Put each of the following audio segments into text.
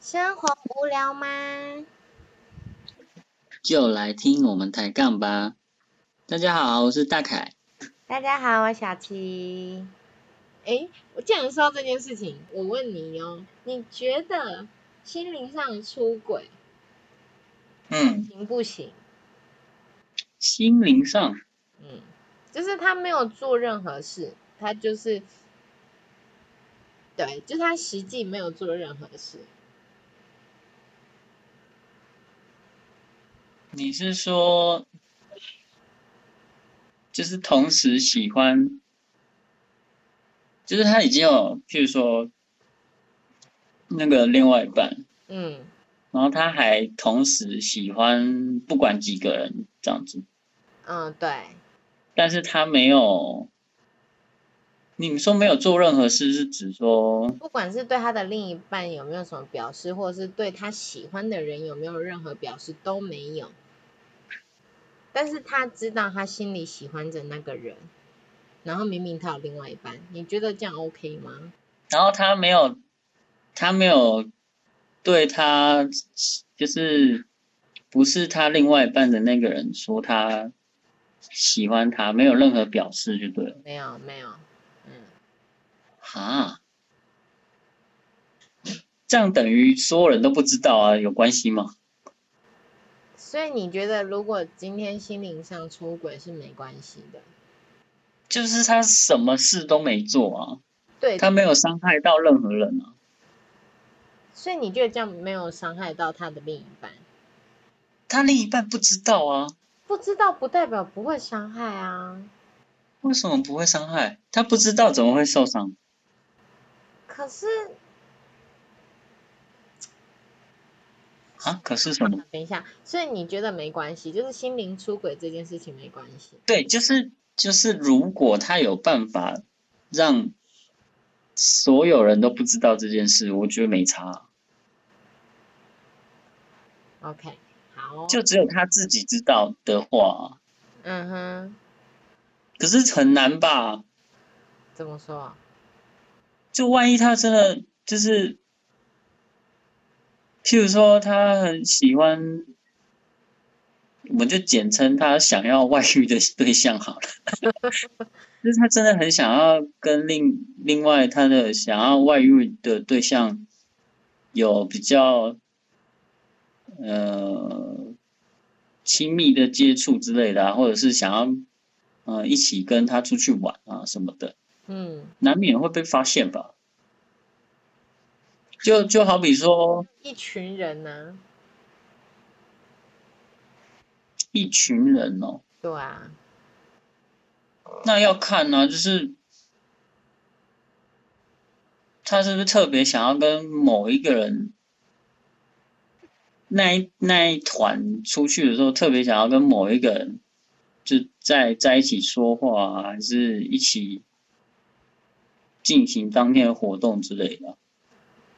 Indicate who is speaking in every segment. Speaker 1: 生活无聊吗？
Speaker 2: 就来听我们抬杠吧。大家好，我是大凯。
Speaker 1: 大家好，我小七。
Speaker 3: 哎，我既然说到这件事情，我问你哦，你觉得心灵上的出轨
Speaker 2: 嗯，
Speaker 3: 行不行？
Speaker 2: 心灵上，
Speaker 3: 嗯，就是他没有做任何事，他就是，对，就是他实际没有做任何事，
Speaker 2: 你是说，就是同时喜欢，就是他已经有，譬如说，那个另外一半，
Speaker 3: 嗯，
Speaker 2: 然后他还同时喜欢不管几个人这样子，
Speaker 3: 嗯，对，
Speaker 2: 但是他没有，你们说没有做任何事，是指说，
Speaker 3: 不管是对他的另一半有没有什么表示，或者是对他喜欢的人有没有任何表示，都没有。但是他知道他心里喜欢着那个人，然后明明他有另外一半，你觉得这样 OK 吗？
Speaker 2: 然后他没有，他没有对他，就是不是他另外一半的那个人说他喜欢他，没有任何表示就对了。
Speaker 3: 没有，没有，嗯，
Speaker 2: 哈，这样等于所有人都不知道啊，有关系吗？
Speaker 3: 所以你觉得如果今天心灵上出轨是没关系的，
Speaker 2: 就是他什么事都没做啊，
Speaker 3: 对，
Speaker 2: 他没有伤害到任何人啊。
Speaker 3: 所以你觉得这样没有伤害到他的另一半？
Speaker 2: 他另一半不知道啊，
Speaker 3: 不知道不代表不会伤害啊，
Speaker 2: 为什么不会伤害？他不知道怎么会受伤？
Speaker 3: 可是
Speaker 2: 啊，可是什么？
Speaker 3: 等一下，所以你觉得没关系，就是心灵出轨这件事情没关系。
Speaker 2: 对，就是就是，如果他有办法让所有人都不知道这件事，我觉得没差，
Speaker 3: OK，好哦、
Speaker 2: 就只有他自己知道的话，
Speaker 3: 嗯哼，
Speaker 2: 可是很难吧？
Speaker 3: 怎么说？
Speaker 2: 就万一他真的就是，譬如说他很喜欢，我们就简称他想要外遇的对象好了， 就是他真的很想要跟另另外他的想要外遇的对象有比较呃亲密的接触之类的、啊，或者是想要呃一起跟他出去玩啊什么的。
Speaker 3: 嗯，
Speaker 2: 难免会被发现吧。就就好比说，
Speaker 3: 一群人呢、
Speaker 2: 一群人哦，
Speaker 3: 对啊，
Speaker 2: 那要看呢、就是他是不是特别想要跟某一个人，那一那一团出去的时候，特别想要跟某一个人就在在一起说话、啊，还是一起进行当天的活动之类的啊。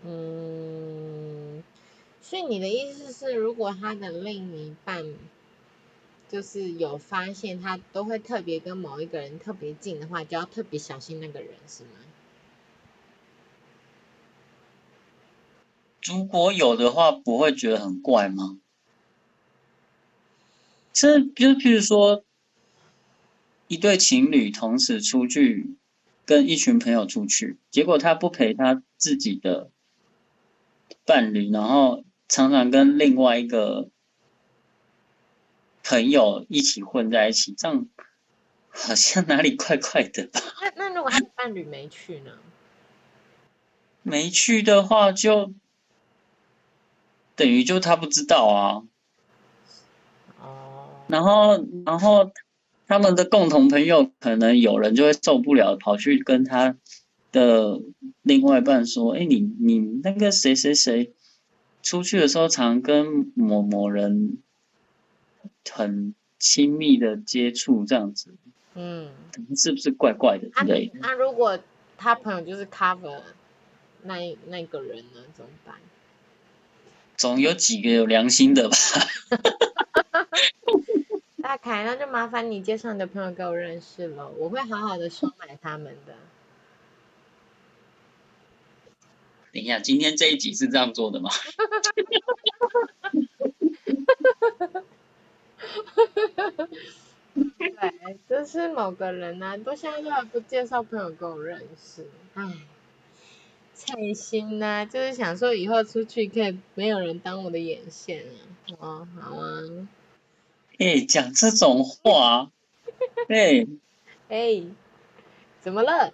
Speaker 3: 嗯，所以你的意思是，如果他的另一半就是有发现他都会特别跟某一个人特别近的话，就要特别小心那个人，是吗？
Speaker 2: 如果有的话，不会觉得很怪吗？这就譬如说，一对情侣同时出去，跟一群朋友出去，结果他不陪他自己的伴侣，然后常常跟另外一个朋友一起混在一起，这样好像哪里怪怪的吧？
Speaker 3: 那那如果他的伴侣没去呢？
Speaker 2: 没去的话就，等于就他不知道啊。
Speaker 3: 哦，
Speaker 2: 然后，然后他们的共同朋友可能有人就会受不了，跑去跟他的另外一半说：“哎，你你那个谁谁谁出去的时候，常跟某某人很亲密的接触，这样子，
Speaker 3: 嗯，
Speaker 2: 是不是怪怪的
Speaker 3: 啊
Speaker 2: 之类的？”
Speaker 3: 那如果他朋友就是 cover 那一那个人呢，怎么办？
Speaker 2: 总有几个有良心的吧？
Speaker 3: 大凯，那就麻烦你介绍你的朋友给我认识了，我会好好的收买他们的。
Speaker 2: 等一下，今天这一集是这样做的吗？
Speaker 3: 对，就是某个人呢、啊，都现在要不介绍朋友跟我认识，唉，菜心呐、就是想说以后出去可以没有人当我的眼线啊。哦，好啊，
Speaker 2: 哎、讲这种话，啊哎、
Speaker 3: 哎、怎么了？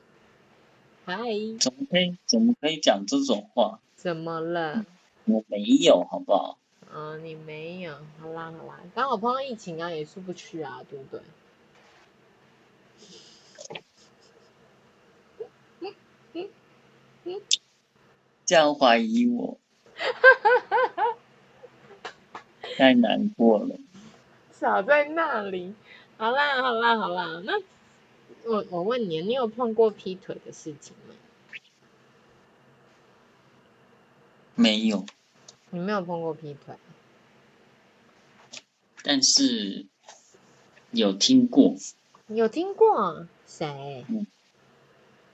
Speaker 3: 嗨，
Speaker 2: 怎么可以怎么可以讲这种话？
Speaker 3: 怎么了？
Speaker 2: 我没有，好不好？
Speaker 3: 嗯、你没有，好啦好啦，刚好碰到疫情啊，也出不去啊，对不对？
Speaker 2: 这样怀疑我，太难过了。
Speaker 3: 少在那里。好啦，好啦，好啦，那我我问你，你有碰过劈腿的事情吗？
Speaker 2: 没有，
Speaker 3: 你没有碰过劈腿，
Speaker 2: 但是有听过，
Speaker 3: 你有听过啊谁？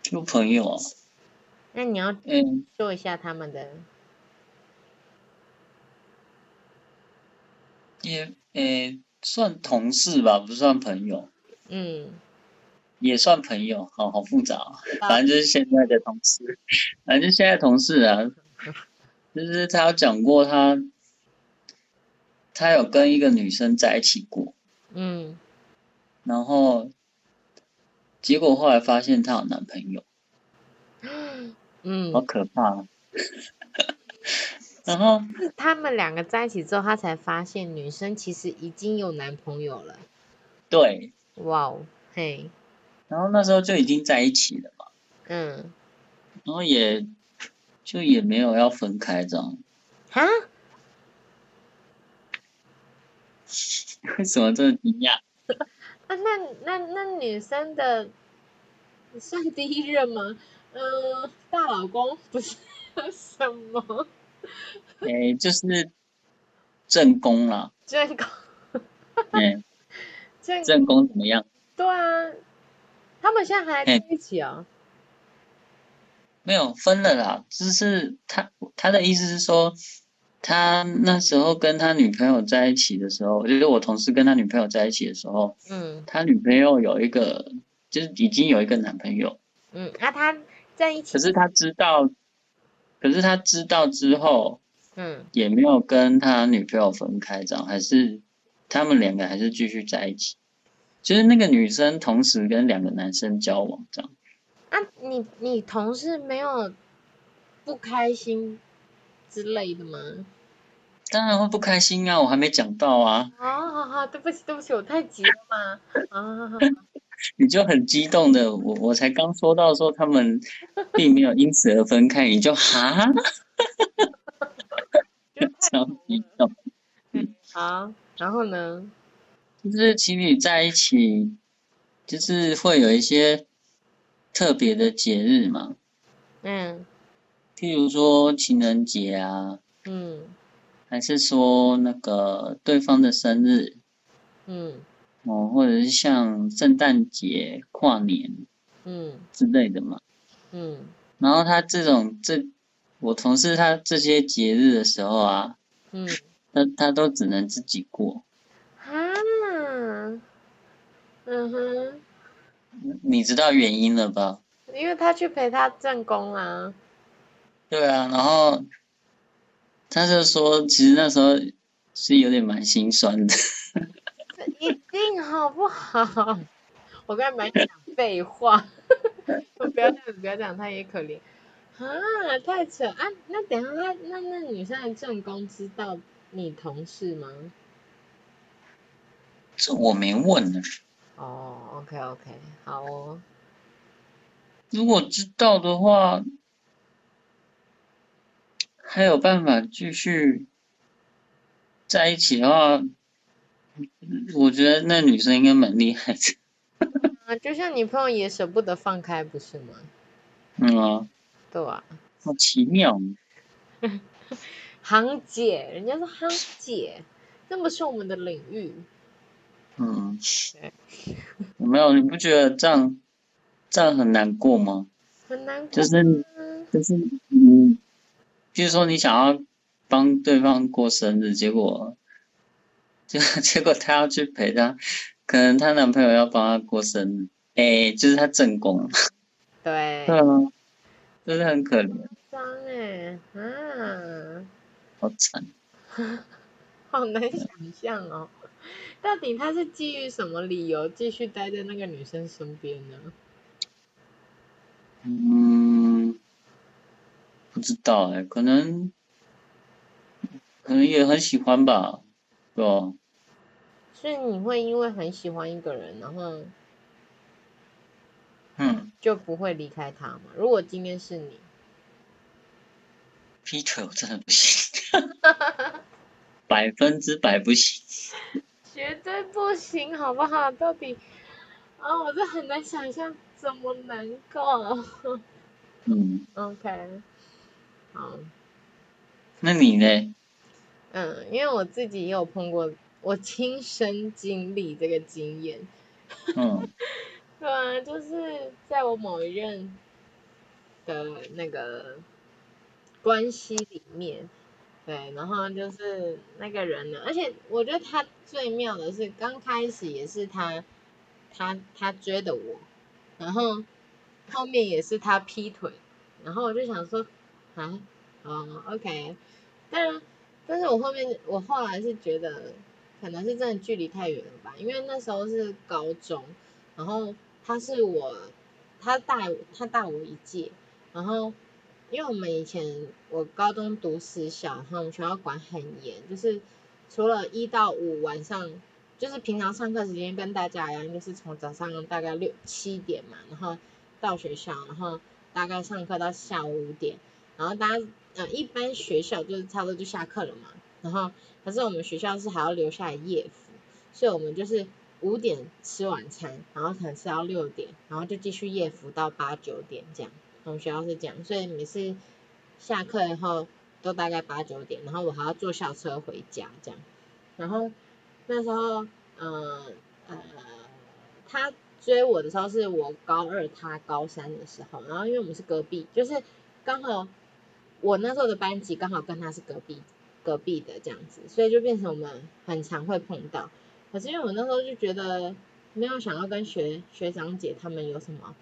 Speaker 2: 就朋友啊，
Speaker 3: 那你要
Speaker 2: 嗯，
Speaker 3: 说一下他们的
Speaker 2: 也诶、算同事吧，不算朋友，
Speaker 3: 嗯，
Speaker 2: 也算朋友，好好复杂、哦。
Speaker 3: 好
Speaker 2: 反正就是现在的同事，反正现在同事啊，就是他有讲过他，他有跟一个女生在一起过，
Speaker 3: 嗯
Speaker 2: 然后结果后来发现她有男朋友，好
Speaker 3: 嗯，
Speaker 2: 可怕、啊。 然后
Speaker 3: 是他们两个在一起之后，他才发现女生其实已经有男朋友了。
Speaker 2: 对，
Speaker 3: 哇哦，嘿，
Speaker 2: 然后那时候就已经在一起了嘛，
Speaker 3: 嗯，
Speaker 2: 然后也就也没有要分开这样。
Speaker 3: 哈，
Speaker 2: 为什么这么惊讶？
Speaker 3: 啊，那那那女生的算第一任吗？嗯，大老公不是什么
Speaker 2: 诶、哎就是正宫啦，
Speaker 3: 正宫
Speaker 2: 诶、
Speaker 3: 正
Speaker 2: 正宫怎么样？
Speaker 3: 对啊，他们现在还
Speaker 2: 嘿
Speaker 3: 在一起哦。
Speaker 2: 没有分了啦，就是他他的意思是说，他那时候跟他女朋友在一起的时候，就是我同事跟他女朋友在一起的时候，
Speaker 3: 嗯
Speaker 2: 他女朋友有一个，就是已经有一个男朋友，
Speaker 3: 嗯，啊，他在一起
Speaker 2: 可，是他知道，可是他知道之后
Speaker 3: 嗯
Speaker 2: 也没有跟他女朋友分开，这样还是他们两个还是继续在一起。就是那个女生同时跟两个男生交往，这样
Speaker 3: 啊，你你同事没有不开心之类的吗？
Speaker 2: 当然会不开心啊！我还没讲到啊，
Speaker 3: 哦，好好，对不起对不起，我太急了嘛。啊，好好
Speaker 2: 你就很激动的，我我才刚说到说他们并没有因此而分开，你就哈，
Speaker 3: 就太
Speaker 2: 超激动。
Speaker 3: 好，然后呢？
Speaker 2: 就是情侣在一起，就是会有一些特别的节日嘛，
Speaker 3: 嗯
Speaker 2: 譬如说情人节啊，
Speaker 3: 嗯
Speaker 2: 还是说那个对方的生日
Speaker 3: 嗯
Speaker 2: 哦，或者是像圣诞节、跨年
Speaker 3: 嗯
Speaker 2: 之类的嘛。
Speaker 3: 嗯
Speaker 2: 然后他这种这，我同事他这些节日的时候啊，
Speaker 3: 嗯，
Speaker 2: 他他都只能自己过。
Speaker 3: 啊，嗯哼，
Speaker 2: 你知道原因了吧？
Speaker 3: 因为他去陪他正宫啊啦。
Speaker 2: 对啊，然后他就说，其实那时候是有点蛮心酸的。
Speaker 3: 这一定好不 好？我刚才蛮想废话， 不要这样，不要这样，他也可怜啊，太扯啊！那等一下他那那女生的正宫知道你同事吗？
Speaker 2: 这我没问呢。
Speaker 3: 哦，OK OK，好哦，
Speaker 2: 如果知道的话，还有办法继续在一起的话，我觉得那女生应该蛮厉害的。
Speaker 3: 啊，就像你朋友也舍不得放开，不是吗？
Speaker 2: 嗯啊，
Speaker 3: 对啊，
Speaker 2: 好奇妙哦。
Speaker 3: 行姐，人家是行姐，那不是我们的领域。
Speaker 2: 嗯，有没有？你不觉得这样这样很难过吗？
Speaker 3: 很难过、
Speaker 2: 就是
Speaker 3: 啊，
Speaker 2: 就是，嗯，譬如说你想要帮对方过生日，结果 结结果她要去陪她，可能她男朋友要帮她过生日，哎、就是她正宫，
Speaker 3: 对，
Speaker 2: 对啊，就是很可怜，
Speaker 3: 脏哎、啊，
Speaker 2: 好惨。
Speaker 3: 好难想象哦。 到底他是基于什么理由继续待在那个女生身边呢？
Speaker 2: 嗯，不知道哎、可能可能也很喜欢吧，对吧？
Speaker 3: 所以你会因为很喜欢一个人，然后
Speaker 2: 嗯
Speaker 3: 就不会离开他吗？如果今天是你，
Speaker 2: 劈腿我真的不行，百分之百不行。
Speaker 3: 绝对不行，好不好？到底啊、我这很难想象怎么能够。
Speaker 2: 嗯，
Speaker 3: OK，好，
Speaker 2: 那你呢？
Speaker 3: 嗯，因为我自己也有碰过，我亲身经历这个经验。
Speaker 2: 嗯
Speaker 3: 对啊，就是在我某一任的那个关系里面，对，然后就是那个人呢，而且我觉得他最妙的是，刚开始也是他，他他追的我，然后后面也是他劈腿，然后我就想说，啊，哦，OK，当然，但是我后面我后来是觉得，可能是真的距离太远了吧，因为那时候是高中，然后他是我，他大我他大我一届，然后因为我们以前我高中读私校，然后我们学校管很严，就是除了一到五晚上，就是平常上课时间跟大家一样，就是从早上大概六七点嘛，然后到学校，然后大概上课到下午五点，然后大家呃一般学校就是差不多就下课了嘛，然后可是我们学校是还要留下来夜辅，所以我们就是五点吃晚餐，然后可能吃到六点，然后就继续夜服到八九点这样。我们学校是这样，所以每次下课以后都大概八九点，然后我还要坐校车回家这样。然后那时候，呃呃，他追我的时候是我高二，他高三的时候，然后因为我们是隔壁，就是刚好我那时候的班级刚好跟他是隔壁隔壁的这样子，所以就变成我们很常会碰到。可是因为我那时候就觉得没有想要跟学学长姐他们有什么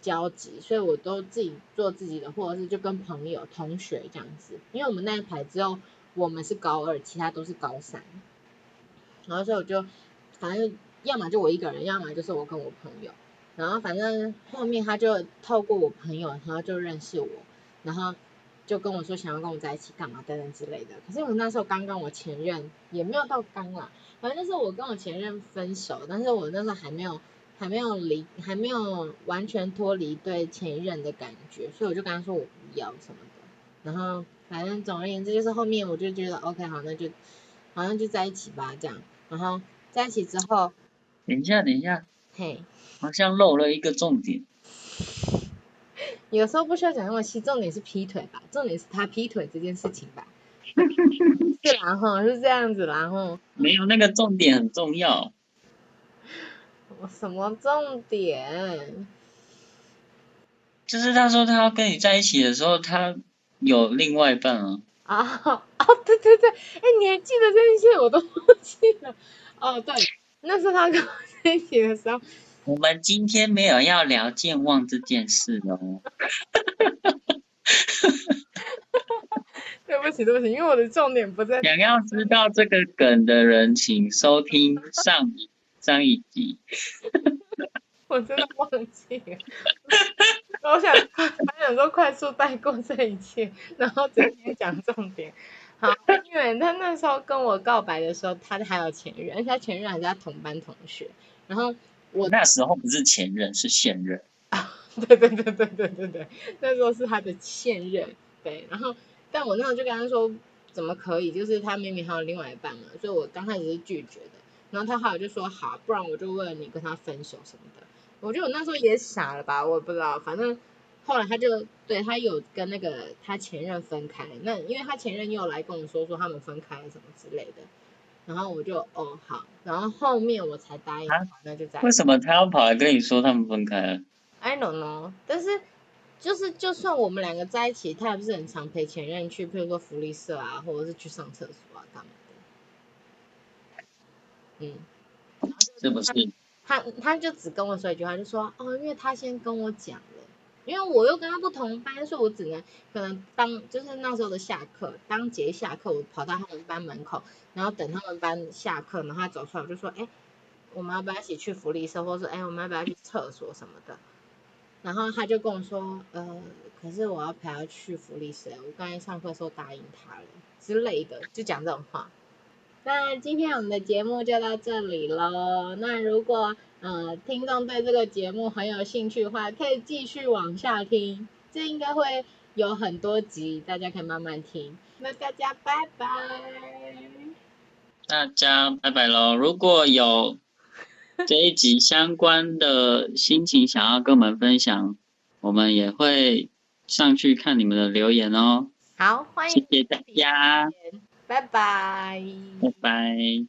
Speaker 3: 交集，所以我都自己做自己的，或者是就跟朋友、同学这样子。因为我们那一排只有我们是高二，其他都是高三，然后所以我就反正要么就我一个人，要么就是我跟我朋友。然后反正后面他就透过我朋友，然后就认识我，然后就跟我说想要跟我在一起干嘛等等之类的。可是我那时候刚跟我前任也没有到刚啦，反正那时候我跟我前任分手，但是我那时候还没有还没有离，还没有完全脱离对前任的感觉，所以我就跟他说我不要什么的。然后反正总而言之，就是后面我就觉得 OK 好，那就好像就在一起吧这样。然后在一起之后，
Speaker 2: 等一下，等一下，
Speaker 3: 嘿，
Speaker 2: 好像漏了一个重点。
Speaker 3: 有时候不需要讲那么细，重点是劈腿吧，重点是他劈腿这件事情吧。 是然后是这样子啦，然后
Speaker 2: 没有那个重点很重要。
Speaker 3: 什么重点？
Speaker 2: 就是他说他要跟你在一起的时候，他有另外一半啊。
Speaker 3: 啊哦，对对对，哎，你还记得这件事，我都忘记了。哦，对，那是他跟我在一起的时候，
Speaker 2: 我们今天没有要聊健忘这件事哦。
Speaker 3: 对不起对不起，因为我的重点不在。
Speaker 2: 想要知道这个梗的人，请收听上一上一集。
Speaker 3: 我真的忘记了。我想，我想说快速带过这一切，然后直接讲重点。好，因为他那时候跟我告白的时候，他还有前任，而且他前任还是他同班同学。然后，
Speaker 2: 我那时候不是前任，是现任。
Speaker 3: 对对对对对对对，那时候是他的现任。对，然后，但我那时候就跟他说，怎么可以？就是他明明还有另外一半嘛，所以我刚开始是拒绝的。然后他后来就说好，不然我就为了你跟他分手什么的。我觉得我那时候也傻了吧，我也不知道。反正后来他就对他有跟那个他前任分开，那因为他前任又来跟我说说他们分开了什么之类的，然后我就哦好，然后后面我才答应，
Speaker 2: 啊
Speaker 3: 那就在一起
Speaker 2: 为什么他要跑来跟你说他们分开了？啊
Speaker 3: I don't know，但是就是就算我们两个在一起，他也不是很常陪前任去，譬如说福利社啊，或者是去上厕所啊干嘛的。嗯，
Speaker 2: 是不是？
Speaker 3: 他他就只跟我说一句话，就说哦，因为他先跟我讲了，因为我又跟他不同班，所以我只能可能当就是那时候的下课，当节下课，我跑到他们班门口，然后等他们班下课，然后他走出来，我就说，哎，我们要不要一起去福利社，或者说，哎，我们要不要去厕所什么的。然后他就跟我说，呃，可是我要陪他去福利社，我刚才上课的时候答应他了之类的，就讲这种话。那今天我们的节目就到这里喽。那如果呃听众对这个节目很有兴趣的话，可以继续往下听，这应该会有很多集，大家可以慢慢听。那大家拜拜。
Speaker 2: 大家拜拜喽！如果有这一集相关的心情想要跟我们分享，我们也会上去看你们的留言哦。
Speaker 3: 好，欢
Speaker 2: 谢嗯
Speaker 3: 迎，
Speaker 2: 谢大家，
Speaker 3: 拜拜。
Speaker 2: 拜拜。